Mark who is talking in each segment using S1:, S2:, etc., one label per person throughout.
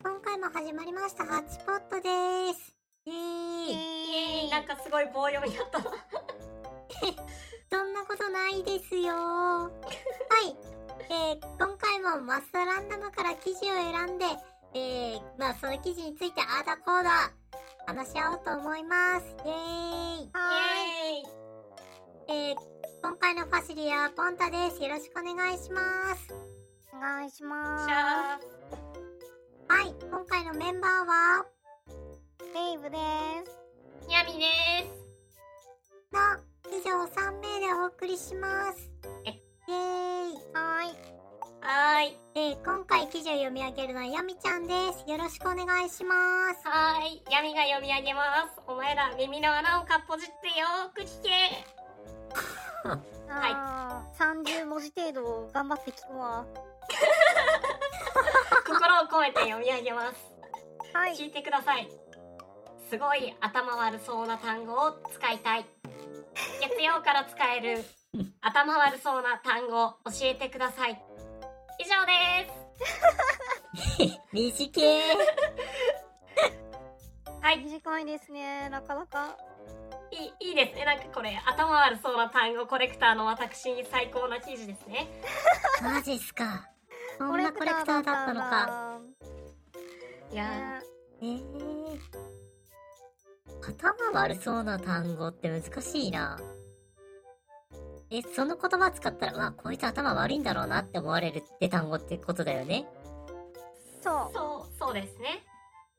S1: 始まりました。ハッチポットです。イエーイ。
S2: イエーイなんかすごい棒読みだった。
S1: そんなことないですよ。はい。えー今回もマスランダムから記事を選んで、えーまあその記事についてあーだこーだ話し合おうと思います。イエーイ。
S2: イエーイ
S1: えー今回のファシリアポンタです。よろしくお願いします。お願いしま
S2: じゃあ、
S1: はい、今回のメンバーは、デイブです。
S2: やみです。
S1: の以上3名でお送りします。
S2: え
S1: イエーイ。はい。
S2: はーい。
S1: えー今回記事を読み上げるのはやみちゃんです。よろしくお願いします。
S2: はーい。やみが読み上げます。お前ら耳の穴をかっぽじってよーく聞け。はい。
S3: 三十文字程度頑張って聞くわ。
S2: 心を込めて読み上げます。
S3: はい。
S2: 聞いてください。すごい頭悪そうな単語を使いたい。月曜から使え る頭悪そうな単語を教えてください。以上です。
S1: 短い。
S2: はい。
S3: 短いですね。なかなか。
S2: いいいいですねなんかこれ頭悪そうな単語コレクターの私に最高な記事ですね
S1: マジっすか。そんなコレクターだっ
S2: い
S1: たのか。
S3: コレクターだったんだ。
S2: や
S3: ね
S1: えー、頭悪そうな単語って難しいな。え、その言葉使ったら、まあ、こいつ頭悪いんだろうなって思われるって単語ってことだよね。
S3: そう。
S2: そうそうですね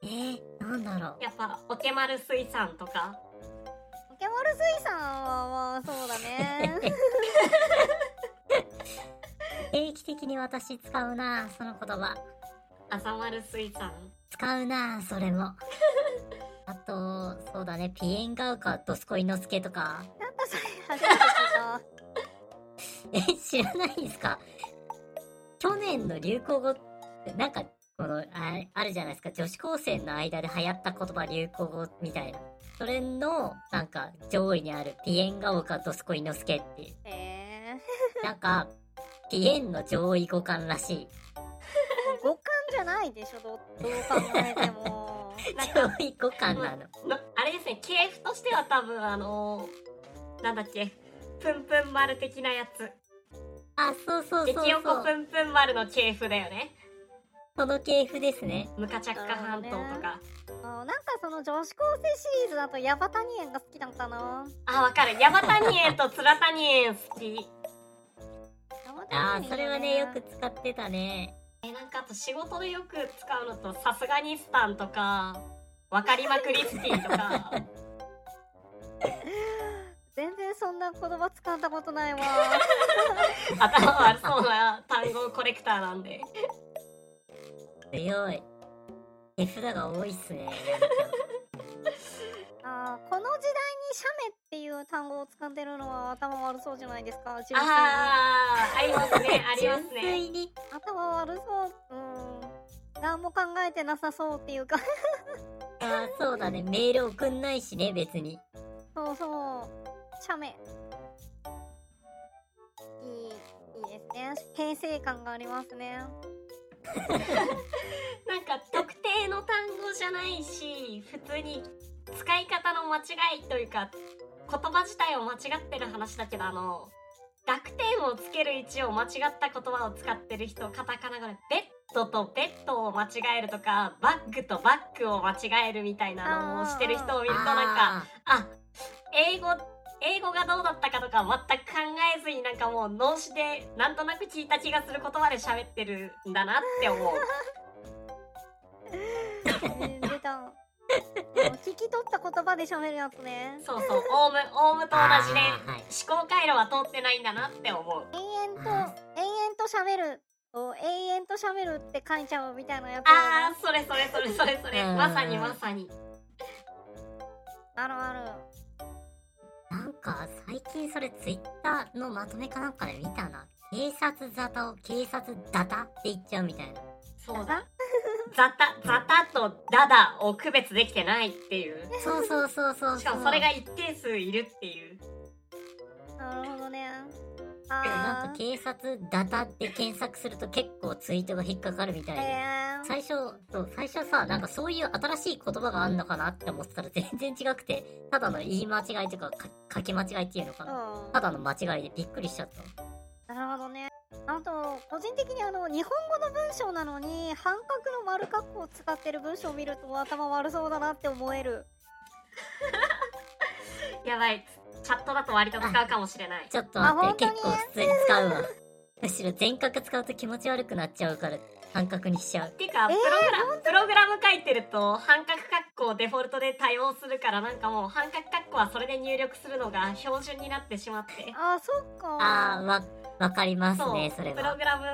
S1: えー、なんだろ
S2: やっぱオケマル水産とか
S3: ポケモル水産は、まあ、そうだ ね。
S1: う。定期的に私使うな、その言葉。
S2: 朝丸水産
S1: 使うなそれも あとそうだねピエンガウかドスコイノスケとか
S3: なんかそれ初めて聞いた。
S1: え知らないんすか去年の流行語ってなんかこのああるじゃないですか女子高生の間で流行った言葉流行語みたいなそれのなんか上位にあるピエンガウかドスコイノスケっていう
S3: え
S1: なんかピエンの上位互換らしい
S3: ー、五感じゃないでしょ。どどう考えても。
S2: なんか
S1: 上位互換な
S2: の
S1: の
S2: あれですね系譜としては多分あのー、なんだっけプンプン丸的なやつ
S1: あそうそうそ
S2: 激
S1: うそ
S2: 横プ
S1: う
S2: ンプン丸の系譜だよね
S1: その系譜ですね
S2: ムカチャッカ半島とか、
S3: あのなんかその女子高生シリーズだとヤバタニエンが好きなのかな。
S2: あわかるヤバタニエンとツラタニエン好き
S3: ヤバタ
S1: あ
S3: ニエンいい
S1: ーそれはねよく使ってたね
S2: えなんかあと仕事でよく使うのとさすがにスタンとかわかりまくりスティとか
S3: 全然そんな言葉使ったことないわ。
S2: 頭悪そうな単語コレクターなんで
S1: 強い。手札が多いっすね。
S3: あーこの時代に写メっていう単語を使ってるのは頭悪そうじゃないですか純粋に
S2: ああありますね ありま
S1: 純
S2: すね
S1: 粋に。
S3: 頭悪そううん何も考えてなさそうっていうか
S1: あーそうだね。メール送んないしね、別に。
S3: そうそう写メいいいいですね平成感がありますね
S2: なんか特定の単語じゃないし普通に使い方の間違いというか言葉自体を間違ってる話だけどあの濁点をつける位置を間違った言葉を使ってる人カタカナ語でベッドとベッドを間違えるとかバッグとバッグを間違えるみたいなのをしてる人を見るとなんか
S1: あ
S2: あ英語英語がどうだったかとか全く考えずになんかもう脳死でなんとなく聞いた気がする言葉で喋ってるんだなって思う
S3: えー出たもう聞き取った言葉で喋るやつね
S2: そうそうオウムオウムと同
S1: ー
S2: じで
S1: あーはい。
S2: 思考回路は通ってないんだなって思う
S3: 延々と
S1: あ
S3: 延々と喋るを延々と喋るって書いちゃうみたいなやつだ
S2: あ
S3: ね
S2: ーそれそれそれそれそれ
S1: うん
S2: まさにまさに
S3: あるある
S1: なんか、最近それツイッターのまとめかなんかで見たな。警察沙汰を警察ダタって言っちゃうみたいな。
S2: そうだザタザタとダダを区別できてないっていう
S1: そうそうそうそうそう。
S2: しかもそれが一定数いるっていう
S3: なるほどね。
S1: でもなん
S3: あ
S1: か警察ダタって検索すると結構ツイートが引っかかるみたい
S3: ー
S1: で。
S3: えー、
S1: 最初、そう最初はさ、なんかそういう新しい言葉があんのかなって思ってたら全然違くて、ただの言い間違いとかか書き間違いっていうのかな。
S3: うん
S1: ただの間違いでびっくりしちゃった。
S3: なるほどね。あと、個人的にあの、日本語の文章なのに、半角の丸括弧を使ってる文章を見ると頭悪そうだなって思える。
S2: やばいチャットだと割と使うかもしれない
S1: ちょっと待って、
S3: あ
S1: 結構普通に使うわ。 むしろ全角使うと気持ち悪くなっちゃうから、半角にしちゃう。
S2: ていうか、
S3: え
S2: プ
S3: ー
S2: ログラムプログラム書いてると半角括弧をデフォルトで対応するからなんかもう半角括弧はそれで入力するのが標準になってしまって
S3: あー、そっか。
S1: あー、わ、わかります
S2: そう、
S1: ね、それ
S2: プロ
S1: は。
S2: グラム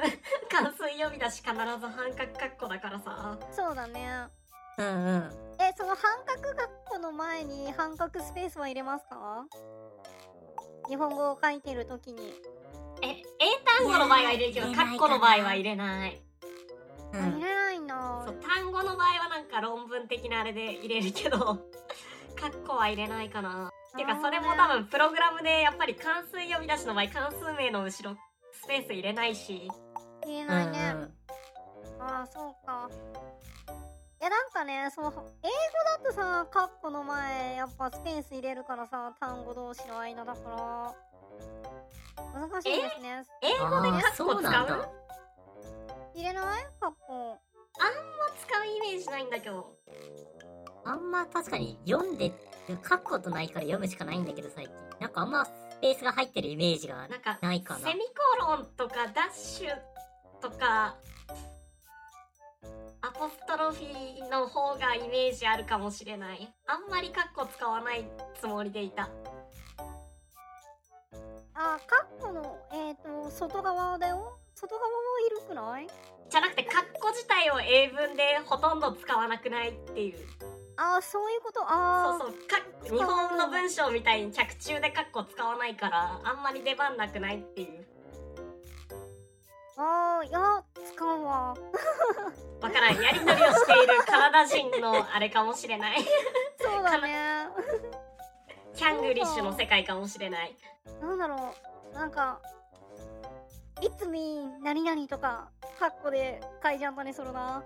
S2: 関数読み出し必ず半角括弧だからさ
S3: そうだね。
S1: うんうん。
S3: え、その半角括弧の前に半角スペースは入れますか日本語を書いてるときに。
S2: え英単語の場合は入れるけど
S1: いやー入
S2: 括
S1: れな
S2: 弧
S1: いかな
S2: の場合は入れない
S1: うん
S3: あ入れないな
S2: そう単語の場合はなんか論文的なあれで入れるけど 括弧は入れないかなてかそれも多分プログラムでやっぱり関数読み出しの場合関数名の後ろスペース入れないし
S3: 入れ
S1: うんう
S3: ないね。
S1: ん。
S3: ああそうかいやなんかねその英語だとさカッコの前やっぱスペース入れるからさ単語同士の間だから難しいですね
S2: 英語で
S1: あー、
S2: カッコ
S1: そ
S2: 使
S1: う
S2: う
S1: な
S2: あ
S1: ん
S2: んま
S1: だ。
S3: 入れないカッコ
S2: 使うイメージないんだけど
S1: あんま確かに読んで、書くことないから読むしかないんだけど、最近。なんかあんまスペースが入ってるイメージが
S2: なんか
S1: ないかな
S2: セ。ミコロンとかダッシュとかアポストロフィーの方がイメージあるかもしれないあんまりカッコ使わないつもりでいた
S3: あカッコのえっ、と外側だよ外側も緩くない
S2: じゃなくてカッコ自体を英文でほとんど使わなくないっていう
S3: ああそういうことあ
S2: そ
S3: あ
S2: うそうカッコ日本の文章みたいに着中でカッコ使わないからあんまり出番なくないっていう
S3: ああいや使うわ
S2: わからんやり取りをしているカナダ人のあれかもしれ ない
S3: そう だね
S2: キャングリッシュの世界かもしれない
S3: なんだろうなんか「いつみ何々」とかカッコで書いちゃったりするな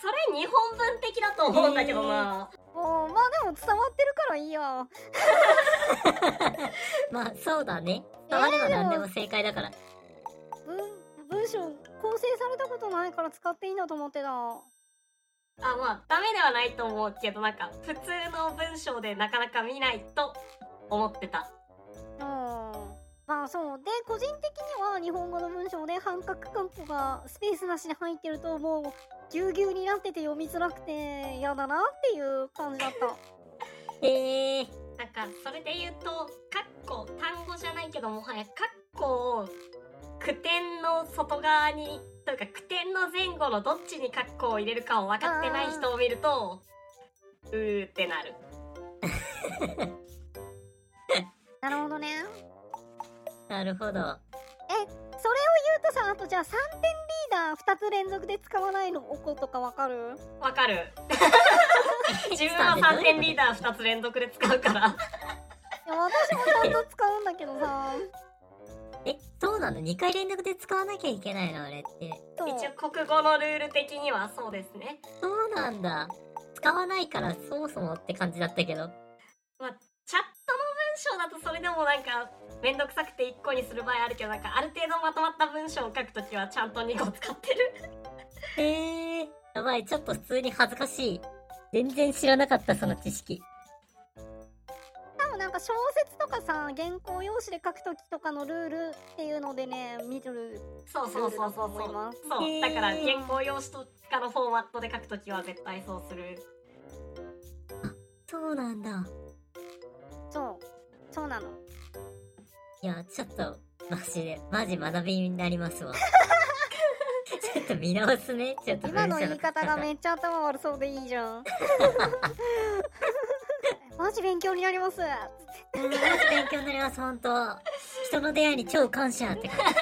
S2: それ日本文的だと思うんだけどな、
S3: おーまあでも伝わってるからいいや
S1: まあ、そうだね。伝われば何でも正解だから。
S3: 文文章構成されたことないから使っていいなと思ってた
S2: あまあダメではないと思うけどなんか普通の文章でなかなか見ないと思ってた
S3: うんまあそうで個人的には日本語の文章で半角括弧がスペースなしで入ってるともうぎゅうぎゅうになってて読みづらくて嫌だなっていう感じだった
S1: えー、
S2: なんかそれで言うと「括弧単語じゃないけどもはや括弧を句点の外側にというか句点の前後のどっちに括弧を入れるかを分かってない人を見るとうーってなる
S3: なるほどね
S1: なるほど。
S3: それを言うとさあとじゃあ3点リーダー2つ連続で使わないのおことかわかる
S2: わかる自分
S1: さ
S2: は
S1: あ
S2: 3点
S1: どうい
S2: リー
S1: うこ
S2: ダー2つ連続で使うから
S3: いや私もちゃんと使うんだけどさ
S1: とえ、そうなの ?2 回連続で使わなきゃいけないのあれって。
S3: そう
S2: 一応国語のルール的にはそうですね
S1: そうなんだ。使わないからそもそもって感じだったけど。
S2: まあ、チャットの文章だとそれでもなんか面倒くさくて1個にする場合あるけどなんかある程度まとまった文章を書くときはちゃんと2個使ってる
S1: えー、やばい、ちょっと普通に恥ずかしい。全然知らなかった、その知識。
S3: 多分なんか小説とかさ原稿用紙で書くときとかのルールっていうのでね見てる
S2: そうそうそうそう
S3: ル
S2: そ
S3: ールだと思い うます
S2: そうだから
S1: へ
S2: 原
S1: ー
S2: 稿用紙とかのフォーマットで書くときは絶対そうする
S1: そうなんだ。
S3: そうそうなの
S1: いや、ちょっと、マジで、マジ学びになりますわ。 ちょっと見直すね、ちょっと
S3: 今の言い
S1: 文章書き
S3: 方がめっちゃ頭悪そうでいいじゃん マジ勉強になります
S1: うんマジ勉強になります、本当人の出会いに超感謝って感じ。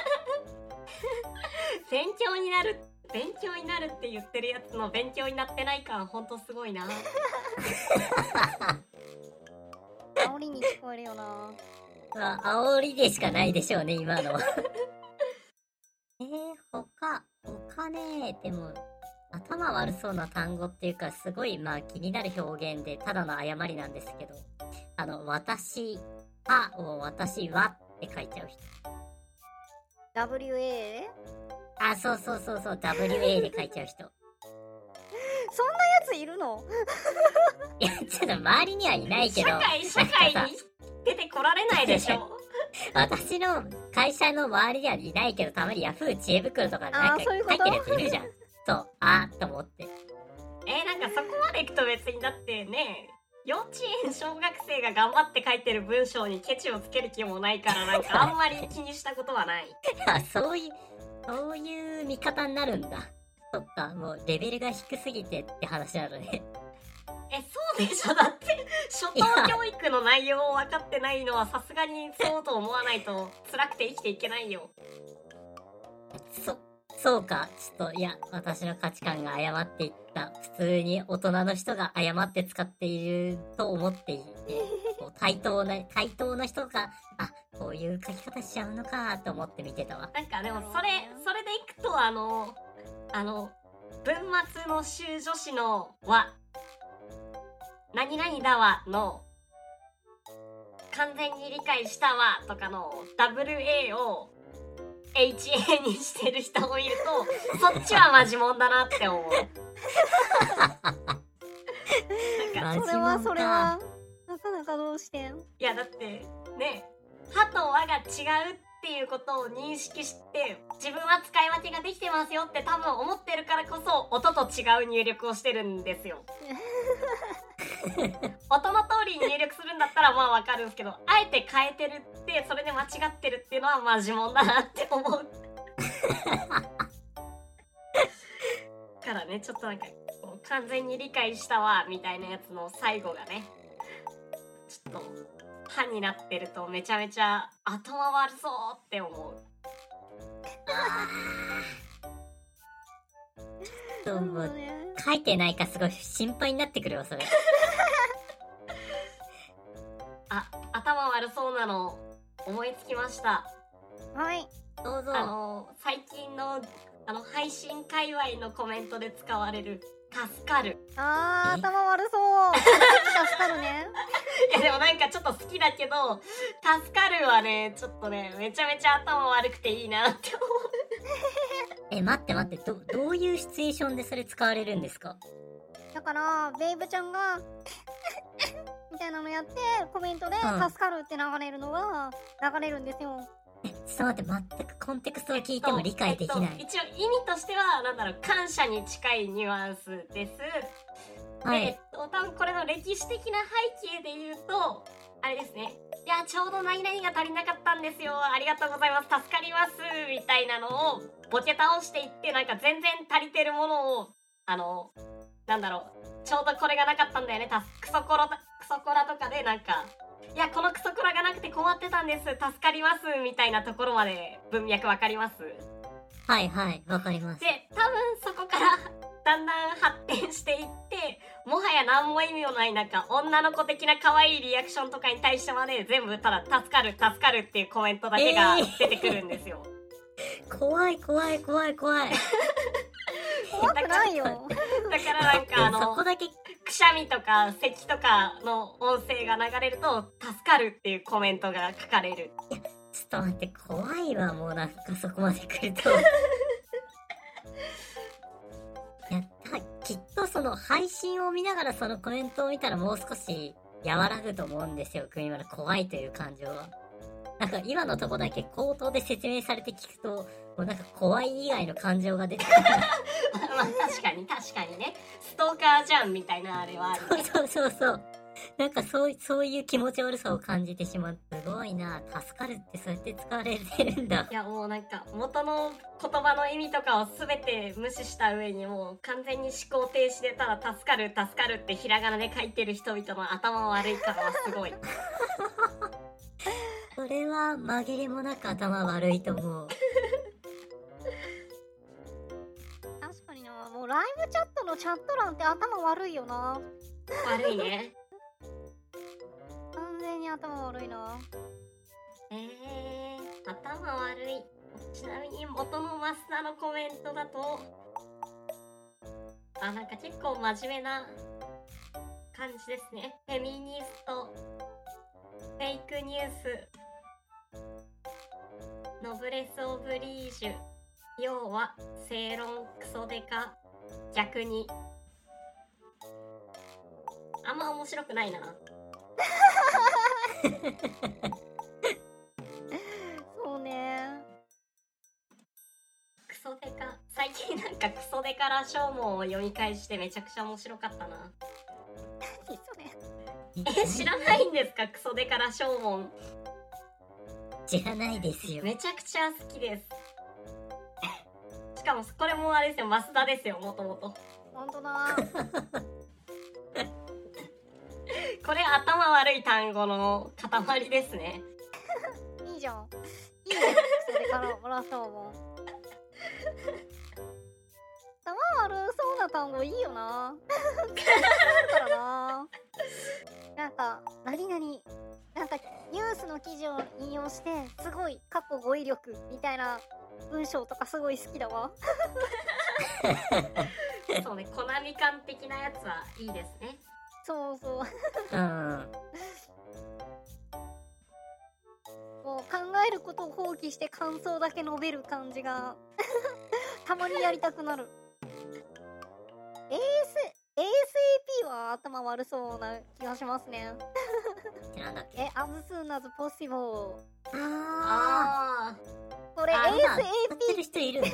S2: 勉強になる勉強になるって言ってるやつの勉強になってない感ほんとすごいな
S3: 煽りに聞こえるよな
S1: まあ、煽りでしかないでしょうね、今のは。えー、他、他ね、でも、頭悪そうな単語っていうか、すごい、まあ、気になる表現で、ただの誤りなんですけど、あの、私、はを私はって書いちゃう人。
S3: WA?
S1: あ、そうそうそうそう、WA で書いちゃう人。
S3: そんなやついるの
S1: いや、ちょっと周りにはいないけ
S2: 社
S1: ど、
S2: 会社会に出てこられないでしょ
S1: 私の会社の周りにはいないけど、たまにヤフー知恵袋とかでなんか
S3: あーそ
S1: 入
S3: うい
S1: っ
S3: うこと
S1: てるやついるじゃん。そう、あーっと思って。
S2: えなんかそこまで行くと別にだってね幼稚園小学生が頑張って書いてる文章にケチをつける気もないからなんかあんまり気にしたことはない
S1: あ、 そういう、そういう見方になるんだ。そっか、もうレベルが低すぎてって話なのね。
S2: えそうでしょだって初等教育の内容を分かってないのはさすがにそうと思わないと辛くて生きていけないよ
S1: そ、そうか、ちょっと、いや、私の価値観が誤っていった。普通に大人の人が誤って使っていると思っていて、こう対等な、 対等な人が、あ、こういう書き方しちゃうのかと思って見てた わ。
S2: なんかでもそれそれでいくとあのあの文末の修女子のは何々だわの完全に理解したわとかの WA を HA にしてる人もいるとそっちはマジモンだなって思う。
S1: マジ
S3: それはそれ
S1: か
S3: は。なかなかどうして
S2: い
S3: ん
S2: やだってね歯と歯が違うっていうことを認識して自分は使い分けができてますよって多分思ってるからこそ音と違う入力をしてるんですよ音の通りに入力するんだったらまあわかるんですけどあえて変えてるってそれで間違ってるっていうのはまあ呪文だなって思うからねちょっとなんかこう完全に理解したわみたいなやつの最後がねちょっと歯になってるとめちゃめちゃ頭悪そうって思う
S1: そうもう
S3: ね。
S1: 書いてないかすごい心配になってくるわ、それ。
S2: あ頭悪そうなの思いつきました
S3: はい。
S1: どうぞ。
S2: あの最近のあの配信界隈のコメントで使われる「助かる
S3: あ
S1: え
S3: ー、頭悪そう。 助かるね。」
S2: いやでもなんかちょっと好きだけど「助かる」はねちょっとねめちゃめちゃ頭悪くていいなって思う
S1: え、待って待って、ど、どういうシチュエーションでそれ使われるんですか
S3: だから、ベイブちゃんが、みたいなのやって、コメントで、
S1: うん
S3: 助かるって流れるのが、流れるんですよ。
S1: え、ちょっと待って、全くコンテクストを聞いても理解できな
S2: えっと
S1: い。
S2: 一応意味としてはなんだろう感謝に近いニュアンスです
S1: は
S2: でえっ
S1: い。
S2: と、多分これの歴史的な背景で言うとあれですねいやちょうど何々が足りなかったんですよありがとうございます助かりますみたいなのをボケ倒していってなんか全然足りてるものをあのなんだろうちょうどこれがなかったんだよねたクソコロクソコラとかでなんかいやこのクソコラがなくて困ってたんです助かりますみたいなところまで文脈わかります
S1: はいはい、わかります。
S2: で多分そこからだんだん発展していってもはや何も意味もないなんか女の子的な可愛いリアクションとかに対してはね全部ただ「助かる助かる」っていうコメントだけが
S1: えー
S2: 出てくるんです よ。
S1: 怖い怖い怖い怖い。
S3: 怖くないよ。
S2: だからなんかあ
S1: そこ
S2: の
S1: だけ、
S2: くしゃみとか咳とかの音声が流れると「助かる」っていうコメントが書かれる。
S1: ちょっと待って、怖いわ、もうなんかそこまで来ると。いや、たきっとその配信を見ながらそのコメントを見たらもう少し和らぐと思うんですよ、国村。怖いという感情は。なんか今のとこだけ口頭で説明されて聞くと、もうなんか怖い以外の感情が出てくる。
S2: まあ確かに確かにねストーカーじゃんみたいなあれはある。
S1: そうそうそう。なんかそう、そういう気持ち悪さを感じてしまう。すごいな。助かるってそうやって使われてるんだ
S2: い。やもうなんか元の言葉の意味とかを全て無視した上にもう完全に思考停止でただ「助かる助かる」ってひらがなで書いてる人々の頭悪いからはすごい
S1: これは紛れもなく頭悪いと思う。
S3: 確かにな。もうライブチャットのチャット欄って頭悪いよな。
S2: 悪いね
S3: 完全に頭悪いな。
S2: えー、頭悪い。ちなみに元のマスターのコメントだと、あ、なんか結構真面目な感じですね。フェミニスト、フェイクニュース、ノブレス・オブリージュ、要は正論クソデカ、逆に。あんま面白くないな。
S3: そうね。
S2: クソデカ最近なんかクソデカラ消耗を読み返してめちゃくちゃ面白かったな
S3: 何それ。
S2: え知らないんですかクソデカラ消耗
S1: 知らないですよ。
S2: めちゃくちゃ好きですしかもこれもあれですよ増田ですよもともと
S3: 本当だ。
S2: これ頭悪い単語の塊ですね
S3: いいじゃん。いいよ。それからもらったもん。頭悪そうな単語いいよな。使えるからな。なんか、何々。なんか、ニュースの記事を引用して、すごい過去語彙力みたいな文章とかすごい好きだわ。
S2: そうねコナミ感的なやつはいいですね
S3: そうそう。
S1: うん。
S3: もう考えることを放棄して感想だけ述べる感じ がたまにやりたくなる AS ASAP は頭悪そうな気がしますね
S1: なんだっけ
S3: え as soon as possible
S1: あ
S2: あ
S3: これ
S1: あ
S3: ASAP
S1: ーまだー。知ってる人いる。
S3: っ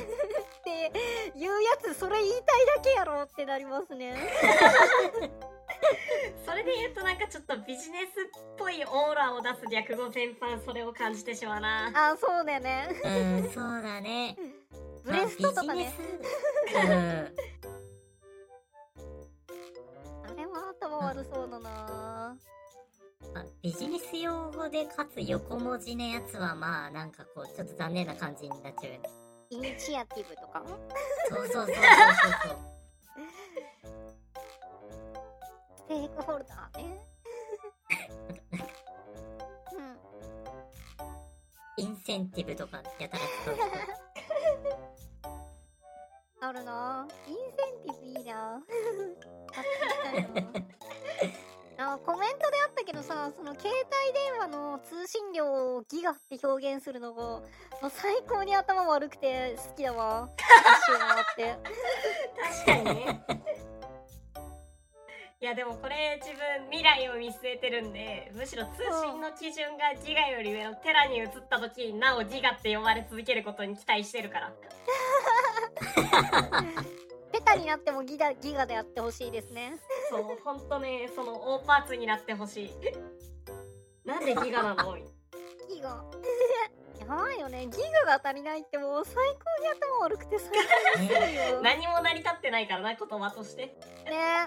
S3: て言うやつそれ言いたいだけやろってなりますね
S2: ーそれで言うとなんかちょっとビジネスっぽいオーラを出す略語全般それを感じてしまうな
S3: あそうだよね
S1: うん、そうだね。
S3: ブレストとか
S1: ま
S3: ね
S1: あ。ビジネス
S3: あれは頭悪そうだな
S1: うんあ。ビジネス用語でかつ横文字のやつはまあなんかこうちょっと残念な感じになっちゃうよね。
S3: イニシアティブとか
S1: そうそうそうそうそうそう。
S3: ステークホルダーね うん
S1: インセンティブとかやたら使う人。
S3: あるなぁインセンティブいい なぁ買ってみたいなぁあコメントであったけどさその携帯電話の通信量をギガって表現するのがもう最高に頭悪くて好きだわ一周 回って
S2: 確かにね いやでもこれ自分未来を見据えてるんでむしろ通信の基準がギガより上のテラに移った時なおギガって呼ばれ続けることに期待してるから
S3: ペタになってもギガギガでやってほしいですね
S2: そうほんとねその大パーツになってほしいなんでギガなの
S3: ギガ やばいよねギガが足りないってもう最高に頭悪くて最高にするよね
S2: 何も成り立ってないからな言葉として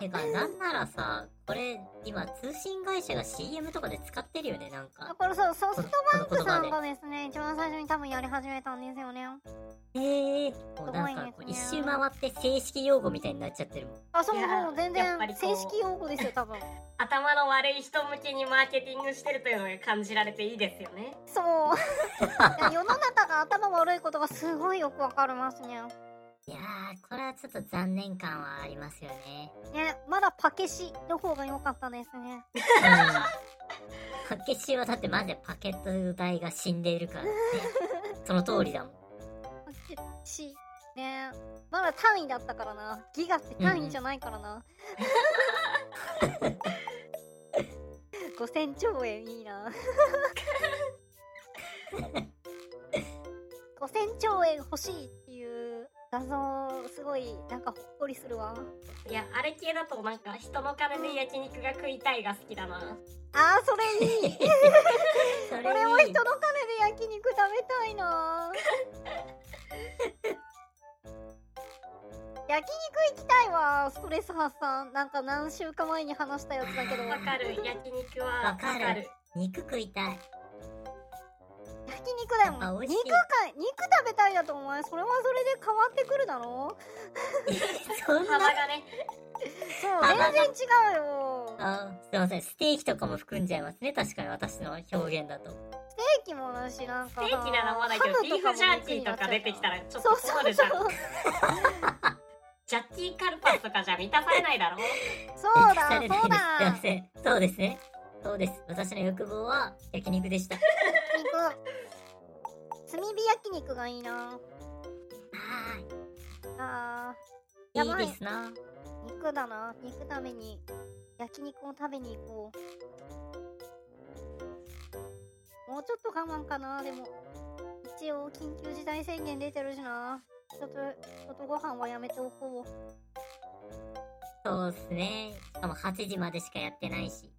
S1: てかなんならさ、これ今通信会社が CM とかで使ってるよねなん
S3: あ
S1: か。
S3: これそうソフトバンクさ
S1: この
S3: ん
S1: 言葉
S3: がですね一番最初に多分やり始めたんですよね
S1: ええもうなんかこう一
S3: すごい
S1: 周
S3: で
S1: 回
S3: すね
S1: って正式用語みたいになっちゃってるもん。
S3: あそう
S2: いや
S3: そう全
S2: やっ
S3: 然
S2: ぱりこう
S3: 正式用語ですよ多分
S2: 頭の悪い人向けにマーケティングしてるというのが感じられていいですよね
S3: そういや世の中が頭悪いことがすごいよくわかりますね
S1: いやーこれはちょっと残念感はありますよね。
S3: ねまだパケシの方が良かったですね
S1: パケシはだってマジでパケット代が死んでいる からね。その通りだもん。
S3: パケシねまだ単位だったからなギガって単位じゃないからな、5000兆円いいな5000兆円欲しいっていう画像すごいなんかほっこりするわ
S2: いやあれ系だとなんか人の金で焼肉が食いたいが好きだな
S3: あーそれいい
S1: それ
S3: これも人の金で焼肉食べたいな 焼肉行きたいわストレス発散なんか何週間前に話したやつだけど
S2: わ
S3: 焼
S2: かる焼肉はわ
S1: わかる
S2: かる
S1: 肉食いたい。
S3: 肉だ
S1: あ
S3: もん
S1: 美
S3: 肉
S1: 味
S3: か
S1: しい
S3: 肉食べたいだとお前それはそれで変わってくるだろ
S1: そん
S2: 幅
S1: な。
S2: がね
S3: そう
S1: あまあ
S3: 全然違うよ
S1: あすいません。ステーキとかも含んじゃいますね。確かに私の表現だと。
S3: ステーキもだしなんか
S2: ステーキならまだけどビーフジャーキーとか出てきた
S3: ら
S2: らちょっと
S3: そうそう
S2: 困
S3: そう
S2: るじ
S3: そ
S2: ゃん
S3: う
S2: ジャッキーカルパスとかじゃ満たされないだろ
S3: そう だ
S1: されない
S3: そう
S1: ですすいま
S3: だ
S1: せんそうですねそうです私の欲望は焼肉でした
S3: 肉炭火焼肉がいい
S1: あ
S3: なあやば
S1: ー
S3: い
S1: いいですな
S3: ー肉だな肉ために焼肉を食べに行こうもうちょっと我慢かなでも一応緊急事態宣言出てるしなちょっとちょっとご飯はやめておこう
S1: そうですねしかも8時までしかやってない し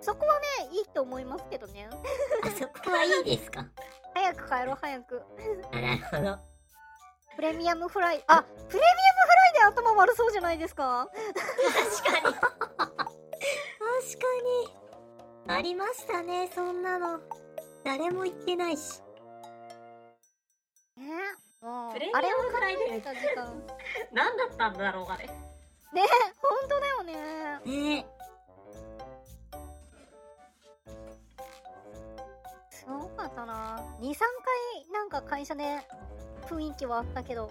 S3: そこはねいいと思いますけどね
S1: あそこはいいですか
S3: 早く帰ろう早く
S1: あなるほど
S3: プレミアムフライあプレミアムフライで頭悪そうじゃないですか
S1: 確かに確かにありましたねそんなの誰も言ってないし
S3: えもう
S2: プレミ
S3: あ
S2: ア
S3: れを
S2: ムフライ
S3: 食べ
S2: デ
S3: た時間ね
S2: ー何だったんだろうあれ
S3: 本当だよね
S1: ねえ
S3: すごかったな23回なんか会社で雰囲気はあったけど